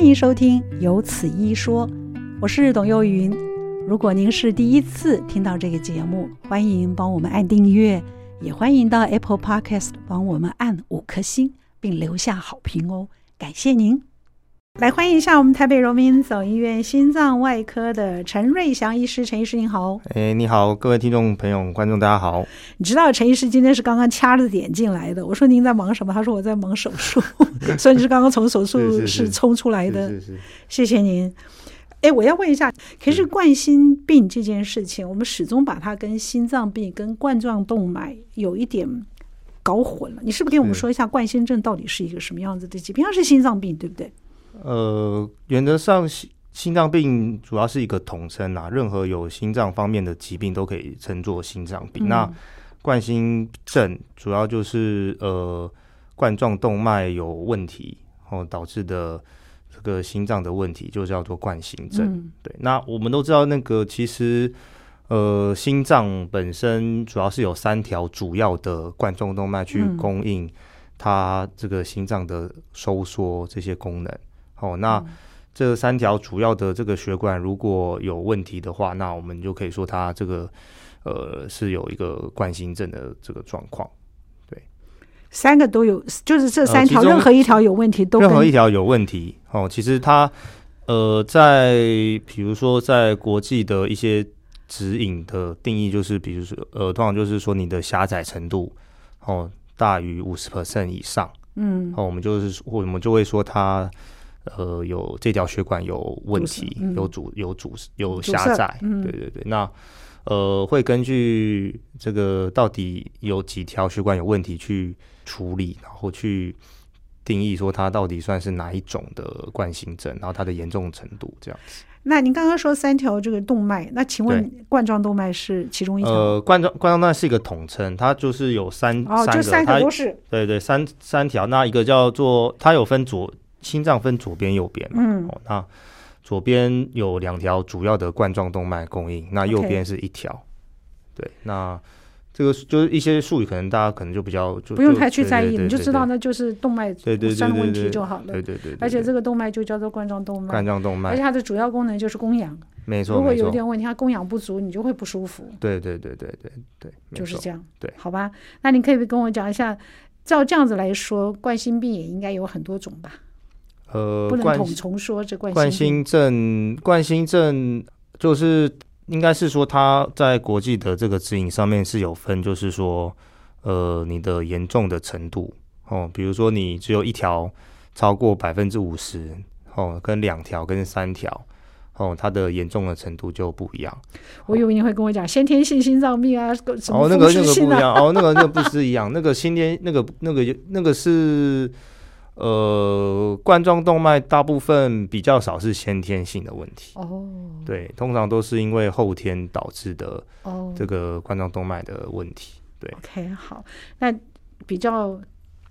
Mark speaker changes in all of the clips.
Speaker 1: 迎收听《有此一说》，我是董幼云。如果您是第一次听到这个节目，欢迎帮我们按订阅，也欢迎到 Apple Podcast 帮我们按五颗星，并留下好评哦，感谢您！来欢迎一下我们台北荣民总医院心脏外科的陈瑞祥医师，陈医师您好。
Speaker 2: 哎，你好，各位听众朋友、观众，大家好。
Speaker 1: 你知道陈医师今天是刚刚掐着点进来的，我说您在忙什么？他说我在忙手 术，所以你是刚刚从手
Speaker 2: 是是
Speaker 1: 术
Speaker 2: 是
Speaker 1: 室冲出来
Speaker 2: 是
Speaker 1: 的。
Speaker 2: 是是，
Speaker 1: 谢谢您。哎，我要问一
Speaker 2: 嗯
Speaker 1: 下，可是冠心病这件事情，我们始终把它跟心脏病、跟冠状动脉有一点搞混了。你是不是给我们
Speaker 2: 是
Speaker 1: 说一下冠心症到底是一个什么样子的疾病？它是心脏病，对不对？
Speaker 2: 呃，原则上心心脏病主要是一个统称啊，任何有心脏方面的疾病都可以称作心脏病。那冠心症主要就是呃冠状动脉有问题哦导致的这个心脏的问题，就叫做冠心症。
Speaker 1: 嗯
Speaker 2: 对，那我们都知道那个其实。呃，心脏本身主要是有三条主要的冠状动脉去
Speaker 1: 嗯
Speaker 2: 供应它这个心脏的收缩这些功能。哦，那这三条主要的这个血管如果有问题的话，那我们就可以说它这个呃是有一个冠心症的这个状况。
Speaker 1: 三个都有，就是这
Speaker 2: 呃
Speaker 1: 三条，
Speaker 2: 其中
Speaker 1: 任何一条有问题都
Speaker 2: 任何
Speaker 1: 跟
Speaker 2: 一条有问题哦，其实它呃，在比如说在国际的一些指引的定义，就是比如说呃，通常就是说你的狭窄程度哦大于五十 percent 以上，
Speaker 1: 嗯
Speaker 2: 哦，我们就是说我们就会说它呃有这条血管有问题，
Speaker 1: 嗯
Speaker 2: 有阻有阻有
Speaker 1: 阻
Speaker 2: 狭
Speaker 1: 塞
Speaker 2: 窄，
Speaker 1: 嗯
Speaker 2: 对对对，那。呃，会根据这个到底有几条血管有问题去处理，然后去定义说它到底算是哪一种的冠心症，然后它的严重程度这样。
Speaker 1: 那您刚刚说三条这个动脉，那请问冠状动脉是其中一条？
Speaker 2: 呃，冠状冠状动脉是一个统称，它就是有三、
Speaker 1: 哦，
Speaker 2: 三
Speaker 1: 就
Speaker 2: 个，
Speaker 1: 三
Speaker 2: 它
Speaker 1: 个都是，
Speaker 2: 对对三三条，那一个叫做它有分左心脏分左边右边嘛，
Speaker 1: 嗯
Speaker 2: 哦，那左边有两条主要的冠状动脉供应，那右
Speaker 1: OK
Speaker 2: 边是一条。对，那这个就是一些术语，可能大家可能就比较就
Speaker 1: 不用
Speaker 2: 就
Speaker 1: 太去
Speaker 2: 对
Speaker 1: 在
Speaker 2: 对
Speaker 1: 意，
Speaker 2: 对
Speaker 1: 你就
Speaker 2: 对
Speaker 1: 知道
Speaker 2: 对
Speaker 1: 那就是动脉
Speaker 2: 对对对
Speaker 1: 上的
Speaker 2: 对
Speaker 1: 问
Speaker 2: 对
Speaker 1: 题就好了。
Speaker 2: 对对对，对
Speaker 1: 而且
Speaker 2: 对
Speaker 1: 这个动脉就叫做冠状动脉
Speaker 2: 冠，状动
Speaker 1: 而
Speaker 2: 脉
Speaker 1: 且，它的主要功能就是供氧。
Speaker 2: 没错
Speaker 1: 如果
Speaker 2: 没
Speaker 1: 有一
Speaker 2: 错，
Speaker 1: 点问题，它供氧不足，你就会不舒服，
Speaker 2: 对对对对对对，没
Speaker 1: 就是
Speaker 2: 错
Speaker 1: 这样。
Speaker 2: 对
Speaker 1: 好吧，那你可以跟我讲一下，照这样子来说，冠心病也应该有很多种吧？
Speaker 2: 呃，
Speaker 1: 不能
Speaker 2: 冠
Speaker 1: 统从说这冠
Speaker 2: 冠
Speaker 1: 心病。
Speaker 2: 心症，冠心症就是应该是说它在国际的这个指引上面是有分，就是说，呃，你的严重的程度哦，比如说你只有一条超过百分之五十哦，跟两条跟三条哦，它的严重的程度就不一样。
Speaker 1: 我以为你会跟我讲先天性心脏病啊，什
Speaker 2: 哦
Speaker 1: 么，
Speaker 2: 那个
Speaker 1: 风
Speaker 2: 那
Speaker 1: 湿
Speaker 2: 个不
Speaker 1: 性
Speaker 2: 一
Speaker 1: 啊，
Speaker 2: 样，哦，那个那个不是一样，那个先天那个那个那个是呃冠状动脉大部分比较少是先天性的问题。
Speaker 1: 哦
Speaker 2: 对，通常都是因为后天导致的
Speaker 1: 哦
Speaker 2: 这个冠状动脉的问题。对，
Speaker 1: ，OK，好，那比较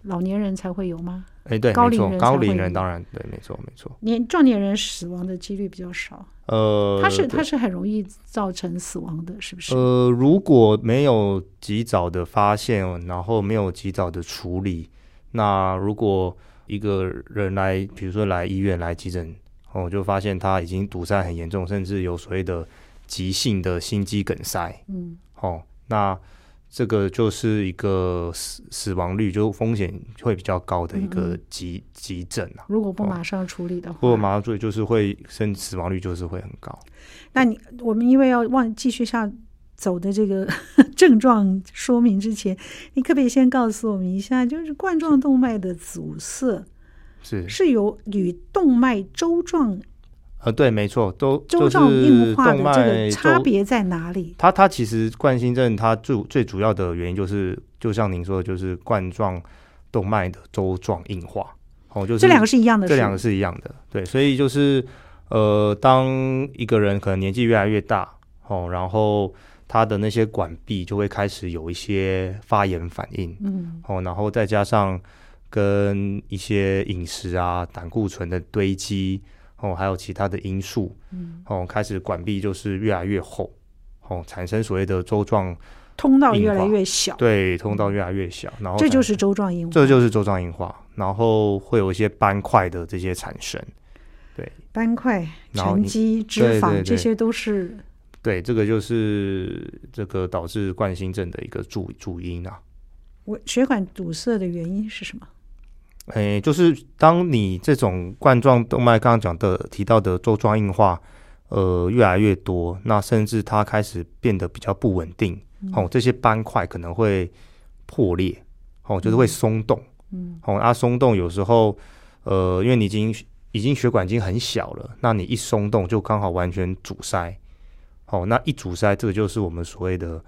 Speaker 1: 老年人才会有吗？
Speaker 2: 哎，对，
Speaker 1: 高
Speaker 2: 没
Speaker 1: 龄
Speaker 2: 错，
Speaker 1: 人
Speaker 2: 高
Speaker 1: 才会
Speaker 2: 龄
Speaker 1: 有
Speaker 2: 人当然对，没错，没错。
Speaker 1: 年壮年人死亡的几率比较少，
Speaker 2: 呃，
Speaker 1: 它是
Speaker 2: 对
Speaker 1: 它是很容易造成死亡的，是不是？
Speaker 2: 呃，如果没有及早的发现，然后没有及早的处理，那如果一个人来，比如说来医院来急诊，哦，就发现他已经堵塞很严重，甚至有所谓的急性的心肌梗塞，
Speaker 1: 嗯，
Speaker 2: 哦，那这个就是一个死死亡率，就风险会比较高的一
Speaker 1: 嗯
Speaker 2: 个急急症啊。
Speaker 1: 如果不
Speaker 2: 哦
Speaker 1: 马上处理的话，
Speaker 2: 如果马上做，就是会生死亡率就是会很高。
Speaker 1: 那你我们因为要往继续下走的这个 症状说明之前，你可不可以先告诉我们一下，就是冠状动脉的阻塞
Speaker 2: 是，
Speaker 1: 是由与动脉粥状
Speaker 2: 呃，对，没错，都
Speaker 1: 粥
Speaker 2: 就
Speaker 1: 状
Speaker 2: 是
Speaker 1: 硬化的
Speaker 2: 动
Speaker 1: 这
Speaker 2: 脉
Speaker 1: 个差
Speaker 2: 粥
Speaker 1: 别在哪里？
Speaker 2: 它它其实冠心症它最最主要的原因就是，就像您说的，就是冠状动脉的粥状硬化。哦，就是
Speaker 1: 这两个是一样的，
Speaker 2: 这两
Speaker 1: 个
Speaker 2: 个是一样的，对，所以就是呃，当一个人可能年纪越来越大哦，然后他的那些管壁就会开始有一些发炎反应
Speaker 1: 嗯
Speaker 2: 哦，然后再加上跟一些饮食啊、胆固醇的堆积哦，还有其他的因素
Speaker 1: 嗯，
Speaker 2: 哦，开始管壁就是越来越厚哦，产生所谓的粥状
Speaker 1: 通道越来
Speaker 2: 硬化
Speaker 1: 越小，
Speaker 2: 对通道越来越小，然后
Speaker 1: 这
Speaker 2: 产
Speaker 1: 就是粥状硬化。
Speaker 2: 这就是粥状硬化，然后会有一些斑块的这些产生。
Speaker 1: 斑块、
Speaker 2: 然后
Speaker 1: 沉
Speaker 2: 你
Speaker 1: 积、脂
Speaker 2: 对
Speaker 1: 肪
Speaker 2: 对
Speaker 1: 这
Speaker 2: 对
Speaker 1: 些都是
Speaker 2: 对，这个就是这个导致冠心症的一个主主因啊。
Speaker 1: 我血管堵塞的原因是什么？
Speaker 2: 诶，就是当你这种冠状动脉刚刚讲的提到的周状硬化，呃，越来越多，那甚至它开始变得比较不稳定，哦，这些斑块可能会破裂，哦，就是会松动，
Speaker 1: 嗯，
Speaker 2: 哦，啊，松动有时候，呃，因为你已经已经血管已经很小了，那你一松动就刚好完全阻塞，哦，那一阻塞，这个就是我们所谓的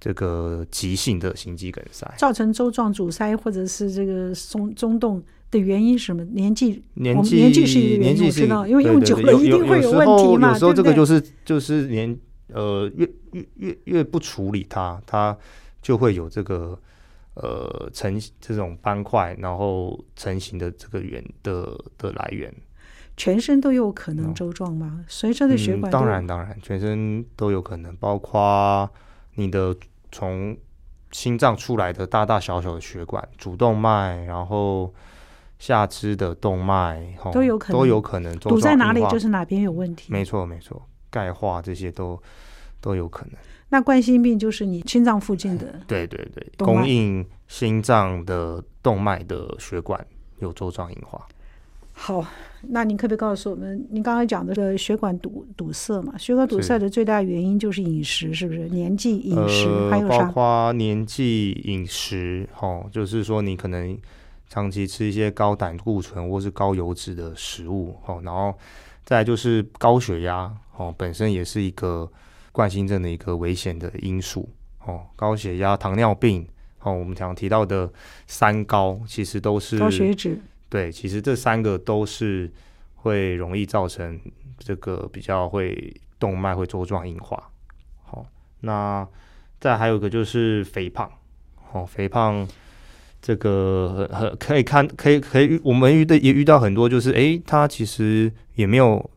Speaker 2: 这个急性的心肌梗塞。
Speaker 1: 造成周状阻塞或者是这个松松动的原因是什么？年纪
Speaker 2: 年
Speaker 1: 我们
Speaker 2: 纪
Speaker 1: 年纪是一个原因
Speaker 2: 年纪
Speaker 1: 我
Speaker 2: 是一
Speaker 1: 知
Speaker 2: 个
Speaker 1: 道因为
Speaker 2: 对
Speaker 1: 用
Speaker 2: 对
Speaker 1: 久
Speaker 2: 对
Speaker 1: 了
Speaker 2: 有
Speaker 1: 一定
Speaker 2: 有
Speaker 1: 会
Speaker 2: 有
Speaker 1: 有
Speaker 2: 时
Speaker 1: 问
Speaker 2: 候
Speaker 1: 题嘛
Speaker 2: 有时候
Speaker 1: 对不
Speaker 2: 这个
Speaker 1: 对
Speaker 2: 就是就是年呃越越越越不处理它，它就会有这个呃成这种斑块，然后成型的这个源的的来源。
Speaker 1: 全身都有可能
Speaker 2: 哦
Speaker 1: 周状吗？随着的血
Speaker 2: 嗯，
Speaker 1: 管、
Speaker 2: 当然，当然，全身都有可能，包括你的从心脏出来的大大小小的血管、主动脉，然后下肢的动脉，吼
Speaker 1: 都有可能
Speaker 2: 都有可能
Speaker 1: 堵在哪里
Speaker 2: 是。
Speaker 1: 就是哪边有问题。
Speaker 2: 没错，没错，钙化这些都都有可能。
Speaker 1: 那冠心病就是你心脏附近 的
Speaker 2: 对对对，
Speaker 1: 动脉
Speaker 2: 供应心脏的动脉的血管有周状硬化。
Speaker 1: 好，那您可不可以告诉我们，您刚才讲的这个血管堵堵塞嘛？血管堵塞的最大原因就是饮食，是不是？年纪、饮食、还
Speaker 2: 呃，
Speaker 1: 有
Speaker 2: 包
Speaker 1: 啥？
Speaker 2: 括年纪、饮食，哦，就是说你可能长期吃一些高胆固醇或是高油脂的食物，哦，然后再来就是高血压，哦，本身也是一个冠心症的一个危险的因素，哦，高血压、糖尿病，哦，我们常提到的三高，其实都是
Speaker 1: 高血脂，
Speaker 2: 对，其实这三个都是会容易造成这个比较会动脉会周状硬化。好，那再还有一个就是肥胖，哦，肥胖这个很很可以看，可以可以，我们遇的也遇到很多，就是诶，他其实也没有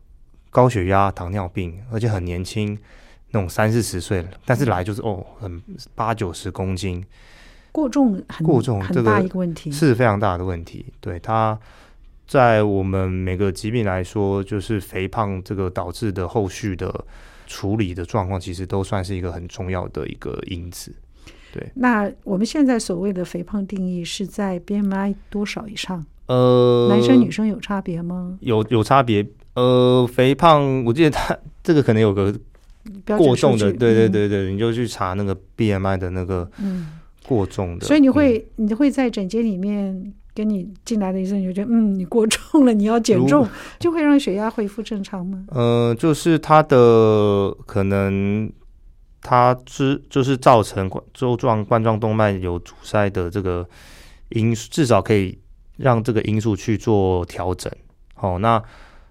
Speaker 2: 高血压、糖尿病，而且很年轻。那种三四十岁了，但是来就是哦，很八九十公斤，
Speaker 1: 过重很
Speaker 2: 过重这
Speaker 1: 很
Speaker 2: 个
Speaker 1: 大一个问题。
Speaker 2: 是非常大的问题。对它，在我们每个疾病来说，就是肥胖这个导致的后续的处理的状况，其实都算是一个很重要的一个因子。
Speaker 1: 那我们现在所谓的肥胖定义是在 BMI 多少以上？
Speaker 2: 呃，
Speaker 1: 男生女生有差别吗？
Speaker 2: 有有差别。呃，肥胖，我记得它这个可能有个
Speaker 1: 标准
Speaker 2: 过重
Speaker 1: 数
Speaker 2: 的，
Speaker 1: 据
Speaker 2: 对对，对对，你就去查那个 BMI 的那个
Speaker 1: 嗯，
Speaker 2: 过重
Speaker 1: 嗯
Speaker 2: 的。
Speaker 1: 所以你
Speaker 2: 嗯
Speaker 1: 会、你会在诊间里面跟你进来的医生，你就觉得嗯，你过重了，你要减
Speaker 2: 如
Speaker 1: 重，就会让血压恢复正常吗？
Speaker 2: 呃，就是它的可能，它之就是造成冠周状冠状动脉有阻塞的这个因素，至少可以让这个因素去做调整。好、那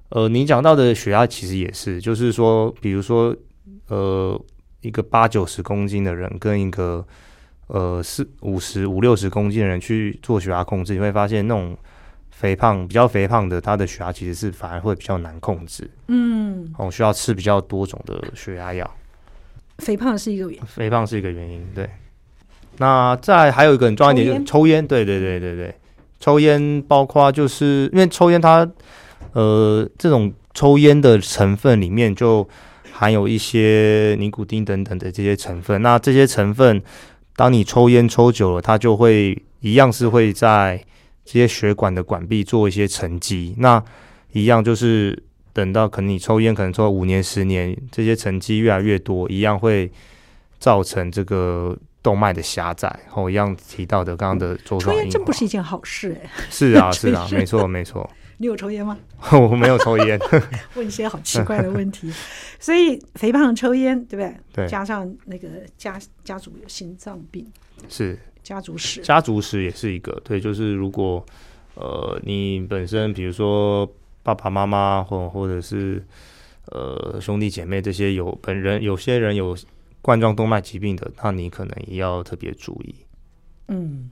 Speaker 2: 呃，你讲到的血压其实也是，就是说，比如说，呃，一个八九十公斤的人跟一个呃四五十五六十公斤的人去做血压控制，你会发现那种肥胖比较肥胖的，他的血压其实是反而会比较难控制。
Speaker 1: 嗯，
Speaker 2: 哦，需要吃比较多种的血压药，
Speaker 1: 肥胖是一个原因。
Speaker 2: 肥胖是一个原因。对，那再还有一个很重要一点就是抽烟，对对对对对，抽烟包括就是因为抽烟它呃这种抽烟的成分里面就含有一些尼古丁等等的这些成分，那这些成分当你抽烟抽久了，它就会一样是会在这些血管的管壁做一些沉积，那一样就是等到可能你抽烟，可能抽五年、十年，这些沉积越来越多，一样会造成这个动脉的狭窄。后一样提到的刚刚的周
Speaker 1: 抽
Speaker 2: 状
Speaker 1: 烟
Speaker 2: 硬
Speaker 1: 真不
Speaker 2: 化，
Speaker 1: 是一件好事哎，
Speaker 2: 是啊，
Speaker 1: 真
Speaker 2: 是啊，
Speaker 1: 是
Speaker 2: 没错，没错，
Speaker 1: 你有抽烟吗？
Speaker 2: 我没有抽烟，
Speaker 1: 问一些好奇怪的问 题，所以肥胖、抽烟，对不对？
Speaker 2: 对，
Speaker 1: 加上那个家家族有心脏病、
Speaker 2: 是
Speaker 1: 家族史，
Speaker 2: 家族史也是一个，对，就是如果呃你本身比如说爸爸妈妈或或者是呃兄弟姐妹这些有本人有些人有冠状动脉疾病的，那你可能也要特别注意。
Speaker 1: 嗯，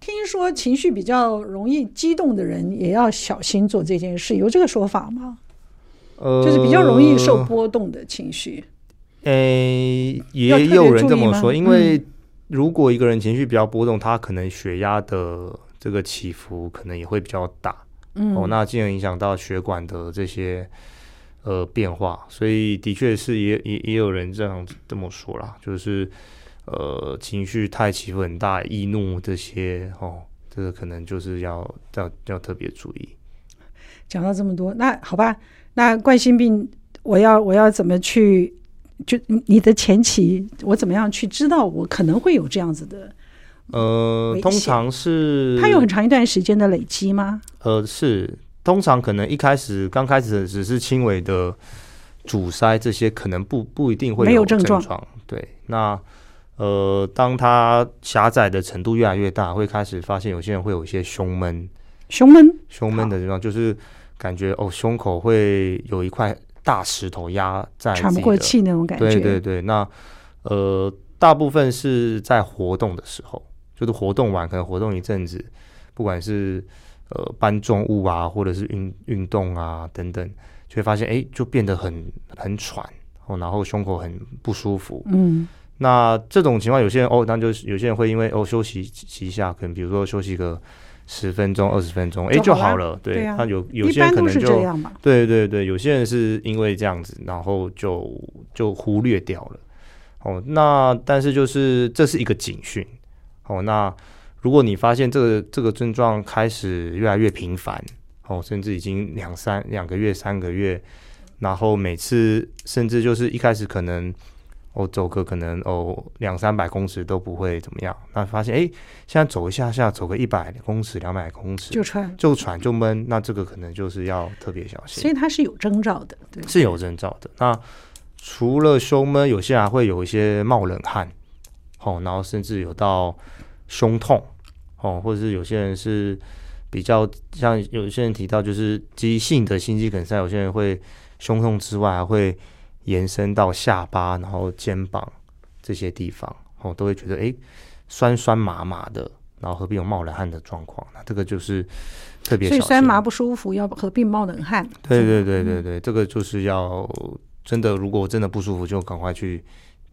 Speaker 1: 听说情绪比较容易激动的人也要小心做这件事，有这个说法吗？
Speaker 2: 呃，
Speaker 1: 就是比较容易受波动的情绪，
Speaker 2: 诶、
Speaker 1: 要特
Speaker 2: 呃也
Speaker 1: 别
Speaker 2: 有人这
Speaker 1: 注意
Speaker 2: 么
Speaker 1: 吗嗯
Speaker 2: 说，因为如果一个人情绪比较波动，他可能血压的这个起伏可能也会比较大。
Speaker 1: 嗯，
Speaker 2: 哦，那进而影响到血管的这些呃变化，所以的确是也也也有人这样这么说啦，就是呃情绪太起伏很大、易怒这些哦，这个可能就是要要要特别注意。
Speaker 1: 讲到这么多，那好吧，那冠心病我要我要怎么去？就你你的前期，我怎么样去知道我可能会有这样子的？
Speaker 2: 呃
Speaker 1: 危，
Speaker 2: 通
Speaker 1: 险
Speaker 2: 常是
Speaker 1: 它有很长一段时间的累积吗？
Speaker 2: 呃，是通常可能一开始刚开始只是轻微的阻塞，这些可能不不一定会
Speaker 1: 没有症
Speaker 2: 症
Speaker 1: 状
Speaker 2: 对，那呃，当它狭窄的程度越来越大，会开始发现有些人会有一些胸闷，
Speaker 1: 胸闷
Speaker 2: 胸闷的症状就是感觉哦，胸口会有一块大石头压在
Speaker 1: 喘
Speaker 2: 自
Speaker 1: 不
Speaker 2: 己
Speaker 1: 过
Speaker 2: 的
Speaker 1: 气那种感觉，
Speaker 2: 对对对，那呃，大部分是在活动的时候，就是活动完可能活动一阵子，不管是呃搬重物啊，或者是运运动啊等等，就会发现哎、诶就变得很很喘哦，然后胸口很不舒服。
Speaker 1: 嗯，
Speaker 2: 那这种情况，有些人哦，那就是有些人会因为哦休息一下，可能比如说休息个十分钟、二十分钟，哎、
Speaker 1: 就
Speaker 2: 就
Speaker 1: 好
Speaker 2: 好
Speaker 1: 了
Speaker 2: 了。对，
Speaker 1: 对啊
Speaker 2: 那有有
Speaker 1: 一
Speaker 2: 些人
Speaker 1: 般
Speaker 2: 可
Speaker 1: 都
Speaker 2: 能
Speaker 1: 是
Speaker 2: 就
Speaker 1: 这样吧。
Speaker 2: 对对对，有些人是因为这样子，然后就就忽略掉了。哦，那但是就是这是一个警讯。哦，那如果你发现这个这个症状开始越来越频繁，哦，甚至已经两三两个月、三个月，然后每次甚至就是一开始可能哦走个可能哦两三百公尺都不会怎么样，那发现哎现在走一下下走个一百公尺、两百公尺
Speaker 1: 就喘，
Speaker 2: 就喘就闷，那这个可能就是要特别小心。
Speaker 1: 所以它是有征兆的，对，
Speaker 2: 是有征兆的。那除了胸闷，有些人还啊会有一些冒冷汗，哦，然后甚至有到胸痛，哦，或者是有些人是比较像有些人提到就是急性的心肌梗塞，有些人会胸痛之外，还会延伸到下巴，然后肩膀这些地方，哦，都会觉得诶酸酸麻麻的。然后合并有冒冷汗的状况，那这个就是特别小
Speaker 1: 所以
Speaker 2: 心。
Speaker 1: 酸麻不舒服，要合并冒冷汗，
Speaker 2: 对对对
Speaker 1: 嗯
Speaker 2: 对对，这个就是要真的，如果真的不舒服，就赶快去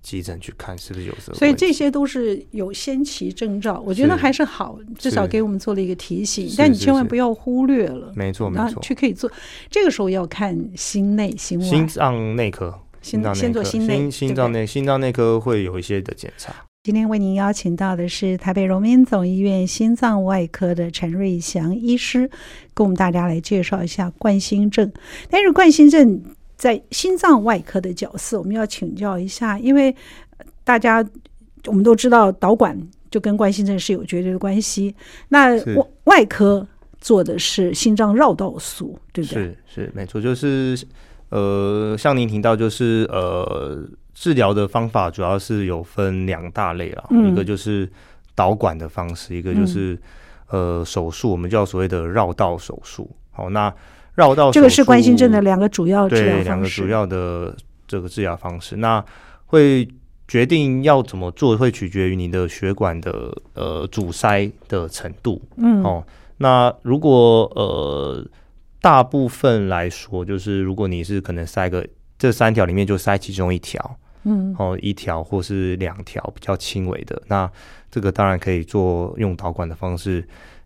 Speaker 2: 急诊去看是不是有这个问题。
Speaker 1: 所以这些都是有先期征兆，我觉得
Speaker 2: 是
Speaker 1: 还是好，至少
Speaker 2: 是
Speaker 1: 给我们做了一个提醒
Speaker 2: 是。
Speaker 1: 但你
Speaker 2: 是
Speaker 1: 千万
Speaker 2: 是
Speaker 1: 不要忽略了，
Speaker 2: 没错没
Speaker 1: 然后
Speaker 2: 错，
Speaker 1: 去可以做。这个时候要看心内、心外，
Speaker 2: 心脏内科，
Speaker 1: 先
Speaker 2: 脏内科，
Speaker 1: 先做心内，
Speaker 2: 心心脏
Speaker 1: 对不对。
Speaker 2: 内心脏内科会有一些的检查。
Speaker 1: 今天为您邀请到的是台北荣民总医院心脏外科的陈瑞祥医师，跟我们大家来介绍一下冠心症。但是冠心症在心脏外科的角色，我们要请教一下，因为呃大家我们都知道导管就跟冠心症是有绝对的关系。那
Speaker 2: 是
Speaker 1: 外外科做的是心脏绕道术，对不对？
Speaker 2: 是是没错，就是呃，像您提到，就是呃，治疗的方法主要是有分两大类啦，
Speaker 1: 嗯
Speaker 2: 一个就是导管的方式，一个就是、呃手术，我们叫所谓的绕道手术。好，那绕道
Speaker 1: 这个是
Speaker 2: 手术
Speaker 1: 冠心症的两个主要哦治疗
Speaker 2: 对两
Speaker 1: 方
Speaker 2: 个
Speaker 1: 式。
Speaker 2: 主要的这个治疗方式，那会决定要怎么做，会取决于你的血管的呃阻塞的程度。
Speaker 1: 嗯，
Speaker 2: 哦，那如果呃大部分来说，就是如果你是可能塞个这三条里面就塞其中一条，
Speaker 1: 嗯，
Speaker 2: 哦一条或是两条比较轻微的，那这个当然可以做用导管的方式，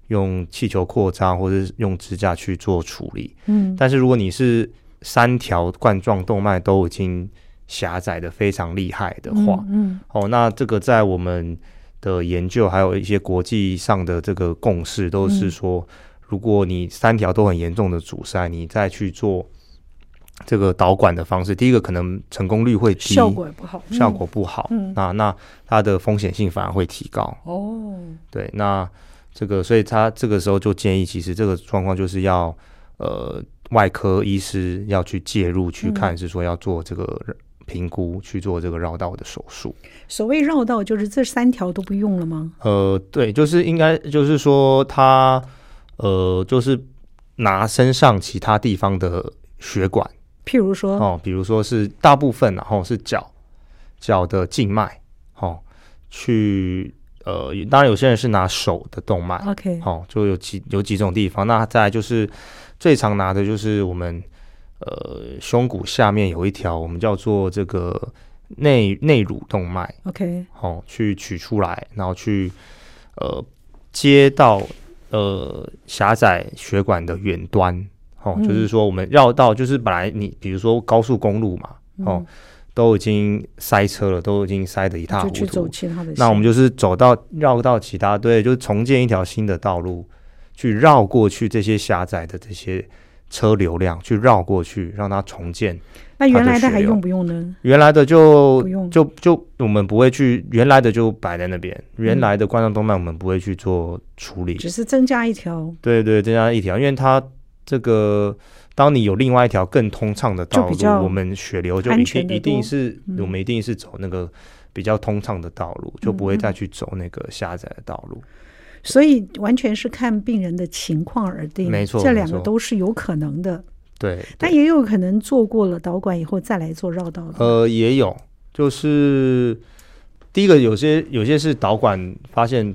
Speaker 2: 用气球扩张或是用支架去做处理。
Speaker 1: 嗯，
Speaker 2: 但是如果你是三条冠状动脉都已经狭窄的非常厉害的话，
Speaker 1: 嗯，
Speaker 2: 哦，那这个在我们的研究还有一些国际上的这个共识都
Speaker 1: 嗯
Speaker 2: 是说，如果你三条都很严重的阻塞，你再去做这个导管的方式，第一个可能成功率会低，
Speaker 1: 效果也不好，
Speaker 2: 效果不好，
Speaker 1: 嗯
Speaker 2: 那那它的风险性反而会提高。
Speaker 1: 嗯哦。
Speaker 2: 对，那这个，所以他这个时候就建议，其实这个状况就是要呃外科医师要去介入去看，是说要做这个评估，去做这个绕道的手术。
Speaker 1: 所谓绕道，就是这三条都不用了吗？
Speaker 2: 呃，对，就是应该就是说他呃就是拿身上其他地方的血管
Speaker 1: 譬如说，
Speaker 2: 哦，比如说是大部分然后、是脚脚的静脉哦去。呃，当然有些人是拿手的动脉，
Speaker 1: OK，
Speaker 2: 哦，就有几有几种地方。那再来就是最常拿的就是我们呃胸骨下面有一条，我们叫做这个内内乳动脉，
Speaker 1: OK，
Speaker 2: 哦，去取出来，然后去呃接到呃狭窄血管的远端，哦，
Speaker 3: 嗯
Speaker 2: 就是说我们绕道，就是本来你比如说高速公路嘛，哦，
Speaker 1: 嗯
Speaker 2: 都已经塞车了，都已经塞得一塌
Speaker 1: 就
Speaker 2: 糊
Speaker 1: 去走
Speaker 2: 涂，
Speaker 1: 其他的线。
Speaker 2: 那我们就是走到绕到其他，对，就是重建一条新的道路，去绕过去这些狭窄的这些车流量，去绕过去，让它重建。
Speaker 1: 那原来的
Speaker 2: 它的
Speaker 1: 还
Speaker 2: 血流
Speaker 1: 用不用呢？
Speaker 2: 原来的就
Speaker 1: 不用
Speaker 2: 就就我们不会去原来的就摆在那边，原来的冠状动脉我们不会去做处理。
Speaker 1: 只是增加一条，
Speaker 2: 对对，增加一条，因为它这个，当你有另外一条更通畅的道
Speaker 1: 就比
Speaker 2: 路
Speaker 1: 较，
Speaker 2: 我们血流就
Speaker 1: 安
Speaker 2: 一
Speaker 1: 全
Speaker 2: 定
Speaker 1: 得
Speaker 2: 一定
Speaker 1: 多
Speaker 2: 是、
Speaker 1: 嗯
Speaker 2: 我们一定是走那个比较通畅的道路，就不会
Speaker 1: 嗯嗯
Speaker 2: 再去走那个狭窄的道路。
Speaker 1: 所以完全是看病人的情况而定。
Speaker 2: 没错
Speaker 1: 这两个
Speaker 2: 没错
Speaker 1: 都是有可能的，
Speaker 2: 对，
Speaker 1: 但也有可能做过了导管以后再来做绕道的。
Speaker 2: 呃，也有，就是第一个有些有些是导管发现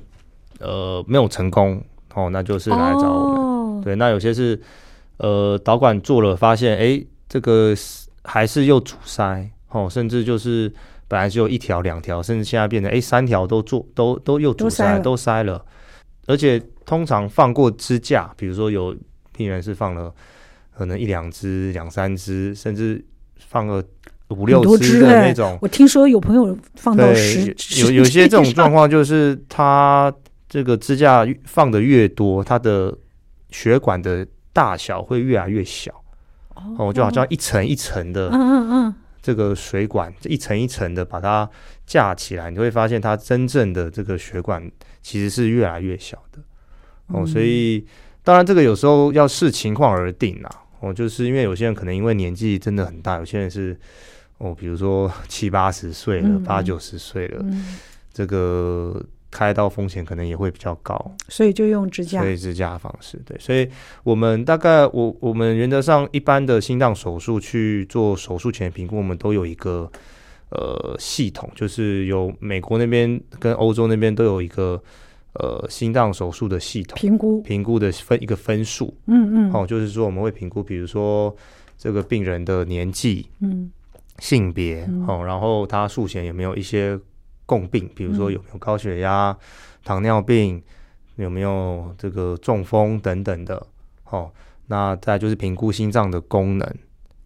Speaker 2: 呃没有成功，哦，那就是来找我们。
Speaker 1: 哦，
Speaker 2: 对，那有些是呃导管做了发现，哎，这个是还是又阻塞，哦，甚至就是本来只有一条、两条，甚至现在变成哎三条都做都都又
Speaker 1: 都
Speaker 2: 阻
Speaker 1: 塞
Speaker 2: 塞
Speaker 1: 了
Speaker 2: 都塞了，而且通常放过支架，比如说有病人是放了可能一两只、两三只，甚至放了五六
Speaker 1: 多
Speaker 2: 只
Speaker 1: 只
Speaker 2: 的
Speaker 1: 欸
Speaker 2: 那种，
Speaker 1: 我听说有朋友放到哦十
Speaker 2: 对，，有有有些这种状况就是它这个支架越放的越多，它的血管的大小会越来越小
Speaker 1: 况
Speaker 2: 哦，就好像一层一层的
Speaker 1: 嗯嗯嗯，
Speaker 2: 这个水管，一层一层的把它架起来，你会发现它真正的这个血管其实是越来越小的哦，
Speaker 1: 嗯
Speaker 2: 所以当然这个有时候要视情况而定啦、哦，就是因为有些人可能因为年纪真的很大，有些人是哦，比如说七八十岁了
Speaker 1: 嗯，
Speaker 2: 八九十岁了，
Speaker 1: 嗯，
Speaker 2: 这个开刀风险可能也会比较高，
Speaker 1: 所以就用支架
Speaker 2: 所。以支架的方式对，所以我们大概我我们原则上一般的心脏手术去做手术前评估，我们都有一个呃系统，就是有美国那边跟欧洲那边都有一个呃心脏手术的系统
Speaker 1: 评估，
Speaker 2: 评估的分一个分数，
Speaker 1: 嗯嗯，
Speaker 2: 哦，就是说我们会评估，比如说这个病人的年纪，
Speaker 1: 嗯，
Speaker 2: 性别、
Speaker 1: 嗯
Speaker 2: 哦，然后他术前有没有一些共病，比如说
Speaker 1: 嗯
Speaker 2: 有没有高血压、糖尿病，有没有这个中风等等的哦。那再就是评估心脏的功能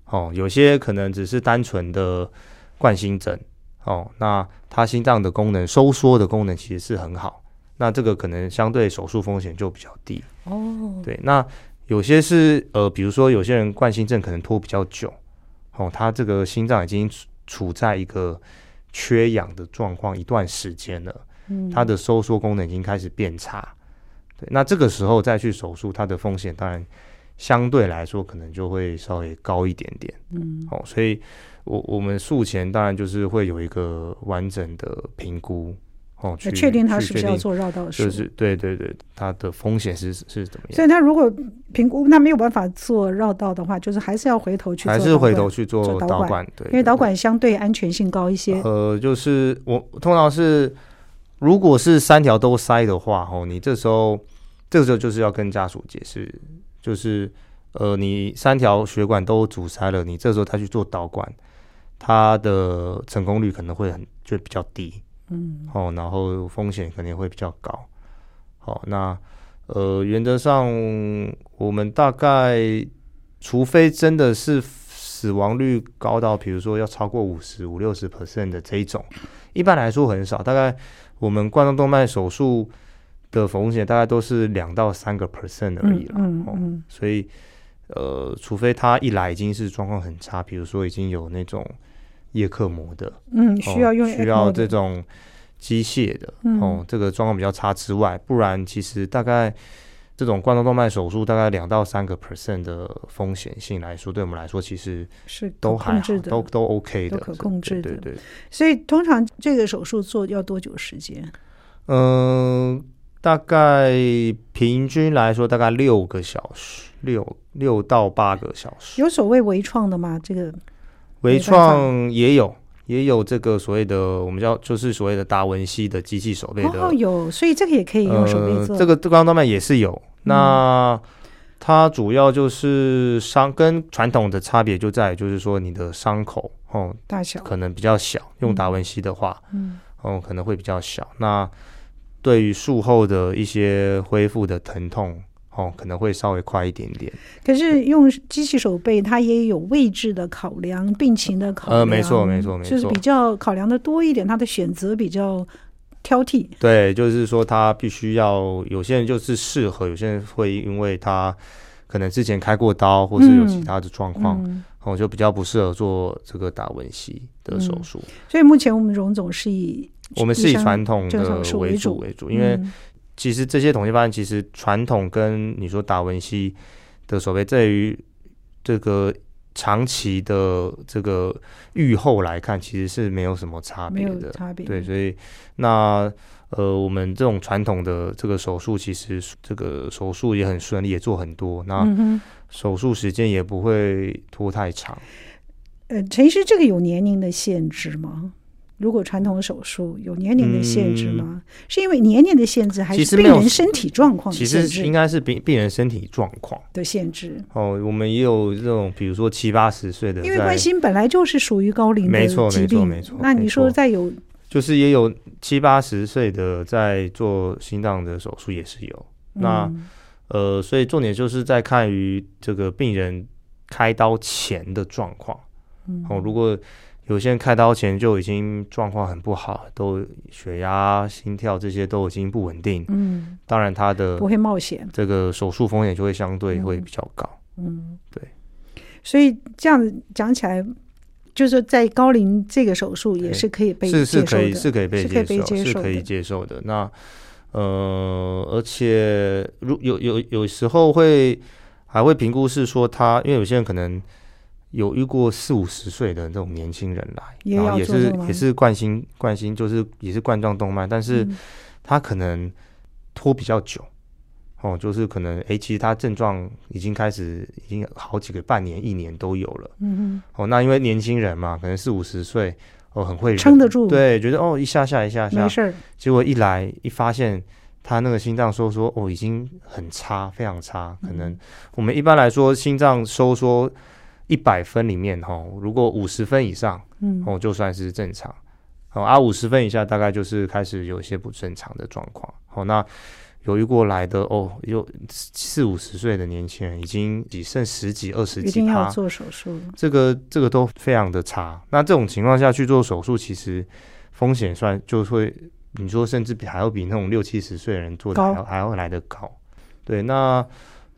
Speaker 2: 哦，有些可能只是单纯的冠心症哦，那他心脏的功能收缩的功能其实是很好，那这个可能相对手术风险就比较低。
Speaker 1: 哦，
Speaker 2: 对，那有些是呃，比如说有些人冠心症可能拖比较久，哦，他这个心脏已经处处在一个缺氧的状况一段时间了，
Speaker 1: 嗯
Speaker 2: 它的收缩功能已经开始变差。对，那这个时候再去手术，它的风险当然相对来说可能就会稍微高一点点。
Speaker 1: 嗯
Speaker 2: 哦，所以我我们术前当然就是会有一个完整的评估，哦，去
Speaker 1: 来呃确定他
Speaker 2: 去
Speaker 1: 是不是
Speaker 2: 确
Speaker 1: 要
Speaker 2: 定
Speaker 1: 做绕道的手术。
Speaker 2: 就是对对对，它的风险是是怎么样？
Speaker 1: 所以他如果评估那没有办法做绕道的话，就是还是要回头去做
Speaker 2: 还
Speaker 1: 导管，
Speaker 2: 是回头去
Speaker 1: 做
Speaker 2: 做
Speaker 1: 导
Speaker 2: 导
Speaker 1: 管
Speaker 2: 管，对，
Speaker 1: 因为
Speaker 2: 对
Speaker 1: 导管相对安全性高一些。
Speaker 2: 呃，就是我通常是，如果是三条都塞的话，吼，你这时候这个时候就是要跟家属解释，就是呃，你三条血管都阻塞了，你这时候再去做导管，它的成功率可能会很就比较低，
Speaker 1: 嗯，
Speaker 2: 哦，然后风险肯定会比较高。好，那呃，原则上我们大概，除非真的是死亡率高到，比如说要超过五十五六十 percent 的这一种，一般来说很少。大概我们冠状动脉手术的风险大概都是两到三个 percent 而已
Speaker 1: 嗯
Speaker 2: 了。
Speaker 1: 嗯
Speaker 2: 哦
Speaker 1: 嗯，
Speaker 2: 所以呃，除非他一来已经是状况很差，比如说已经有那种叶克膜的，
Speaker 1: 嗯，需要用
Speaker 2: 哦、需
Speaker 1: ECMO
Speaker 2: 要
Speaker 1: 的
Speaker 2: 这种机械的、
Speaker 1: 嗯
Speaker 2: 哦，这个状况比较差之外，不然其实大概这种冠状动脉手术大概两到三个 percent 的风险性来说，对我们来说其实
Speaker 1: 是可
Speaker 2: 都还
Speaker 1: 控
Speaker 2: 好
Speaker 1: 制，的，
Speaker 2: 都都 OK
Speaker 1: 都
Speaker 2: 的，
Speaker 1: 可控制
Speaker 2: 对
Speaker 1: 的
Speaker 2: 对对，
Speaker 1: 所以通常这个手术做要多久时间？
Speaker 2: 嗯、大概平均来说大概六个小时，六六到八个小时。
Speaker 1: 有所谓微创的吗？这个没
Speaker 2: 微
Speaker 1: 办法
Speaker 2: 创也有。也有这个所谓的我们叫就是所谓的达文西的机器手背的
Speaker 1: 哦有，所以这个也可以用手臂做。嗯
Speaker 2: 呃、这个光动脉也是有，那它主要就是伤跟传统的差别就在于，就是说你的伤口哦
Speaker 1: 大小，
Speaker 2: 可能比较小，用达文西的话
Speaker 1: 嗯
Speaker 2: 哦可能会比较小。那对于术后的一些恢复的疼痛，哦，可能会稍微快一点点。
Speaker 1: 可是用机器手背，它也有位置的考量、病情的考量，
Speaker 2: 呃没错没错没错
Speaker 1: 就是比较考量的多一点，它的选择比较挑剔。
Speaker 2: 对，就是说他必须要有些人就是适合，有些人会因为他可能之前开过刀，或是有其
Speaker 1: 嗯
Speaker 2: 他的状况，
Speaker 1: 嗯，
Speaker 2: 哦，就比较不适合做这个达文西的手
Speaker 1: 嗯
Speaker 2: 术。
Speaker 1: 所以目前我们荣总是以
Speaker 2: 我们是以
Speaker 1: 医生
Speaker 2: 传统
Speaker 1: 这个
Speaker 2: 嗯
Speaker 1: 手
Speaker 2: 的
Speaker 1: 术
Speaker 2: 为
Speaker 1: 为
Speaker 2: 主
Speaker 1: 主
Speaker 2: 为主，因为
Speaker 1: 嗯
Speaker 2: 其实这些统计发现，其实传统跟你说达文西的手背，在于这个长期的这个预后来看，其实是没有什么差
Speaker 1: 没
Speaker 2: 别
Speaker 1: 有
Speaker 2: 的。
Speaker 1: 差别，
Speaker 2: 对，所以那呃，我们这种传统的这个手术，其实这个手术也很顺利，也做很多，那
Speaker 1: 嗯哼，
Speaker 2: 手术时间也不会拖太长。
Speaker 1: 呃，陈医师，这个有年龄的限制吗？如果传统手术有年龄的限制吗？是因为年龄的限制，还
Speaker 2: 嗯其实
Speaker 1: 是
Speaker 2: 没
Speaker 1: 病
Speaker 2: 有
Speaker 1: 人身体状况的
Speaker 2: 其
Speaker 1: 限
Speaker 2: 实应
Speaker 1: 制
Speaker 2: 该是病病人身体状况
Speaker 1: 的限制？
Speaker 2: 哦，我们也有这种，比如说七八十岁的在，
Speaker 1: 因为冠心本来就是属于高龄
Speaker 2: 没
Speaker 1: 的
Speaker 2: 错
Speaker 1: 疾
Speaker 2: 没错
Speaker 1: 病
Speaker 2: 没错，
Speaker 1: 那你
Speaker 2: 没
Speaker 1: 说
Speaker 2: 错
Speaker 1: 再有
Speaker 2: 就是也有七八十岁的在做心脏的手术也是有。那
Speaker 1: 嗯
Speaker 2: 呃，所以重点就是在看于这个病人开刀前的状况。
Speaker 1: 嗯
Speaker 2: 哦，如果有些人开刀前就已经状况很不好，都血压、心跳这些都已经不稳定，
Speaker 1: 嗯
Speaker 2: 当然他的
Speaker 1: 不会冒险，
Speaker 2: 这个手术风险就会相对会
Speaker 1: 嗯
Speaker 2: 比较高。
Speaker 1: 嗯，
Speaker 2: 对。
Speaker 1: 所以这样子讲起来，就是在高龄这个手术也是可以被
Speaker 2: 是是
Speaker 1: 接受
Speaker 2: 可以
Speaker 1: 的
Speaker 2: 是可以被
Speaker 1: 是可以
Speaker 2: 接
Speaker 1: 被
Speaker 2: 受，
Speaker 1: 接
Speaker 2: 是
Speaker 1: 受
Speaker 2: 可以
Speaker 1: 的
Speaker 2: 接受的。那呃，而且如有有有时候会还会评估是说他，因为有些人可能有遇过四五十岁的那种年轻人来，
Speaker 1: 也
Speaker 2: 然后
Speaker 1: 要
Speaker 2: 也
Speaker 1: 做这
Speaker 2: 是
Speaker 1: 个吗
Speaker 2: 也是冠心冠心就是也是冠状动脉，但是
Speaker 1: 嗯
Speaker 2: 他可能拖比较久。哦，就是可能，诶、其实他症状已经开始，已经好几个半年、一年都有了。
Speaker 1: 嗯
Speaker 2: 哦，那因为年轻人嘛，可能四五十岁，哦，很会
Speaker 1: 哼
Speaker 2: 忍
Speaker 1: 撑得住，，
Speaker 2: 对，觉得哦一下下一下
Speaker 1: 嗯没
Speaker 2: 下，
Speaker 1: 事儿，
Speaker 2: 结果一来一发现他那个心脏收缩哦已经很差，非常差。
Speaker 1: 嗯
Speaker 2: 可能我们一般来说心脏收缩一百分里面哦，如果五十分以上
Speaker 1: 嗯
Speaker 2: 哦就算是正常，哦啊五十分以下大概就是开始有一些不正常的状况。哦那。由于过来的哦，有四五十岁的年轻人，已经只剩十几、二十
Speaker 1: 一
Speaker 2: 几
Speaker 1: 定
Speaker 2: 趴
Speaker 1: 要，做手术，
Speaker 2: 这个这个都非常的差。那这种情况下去做手术，其实风险算就会，你说甚至比还要比那种六七十岁的人做的还要
Speaker 1: 高
Speaker 2: 还要来得高。对，那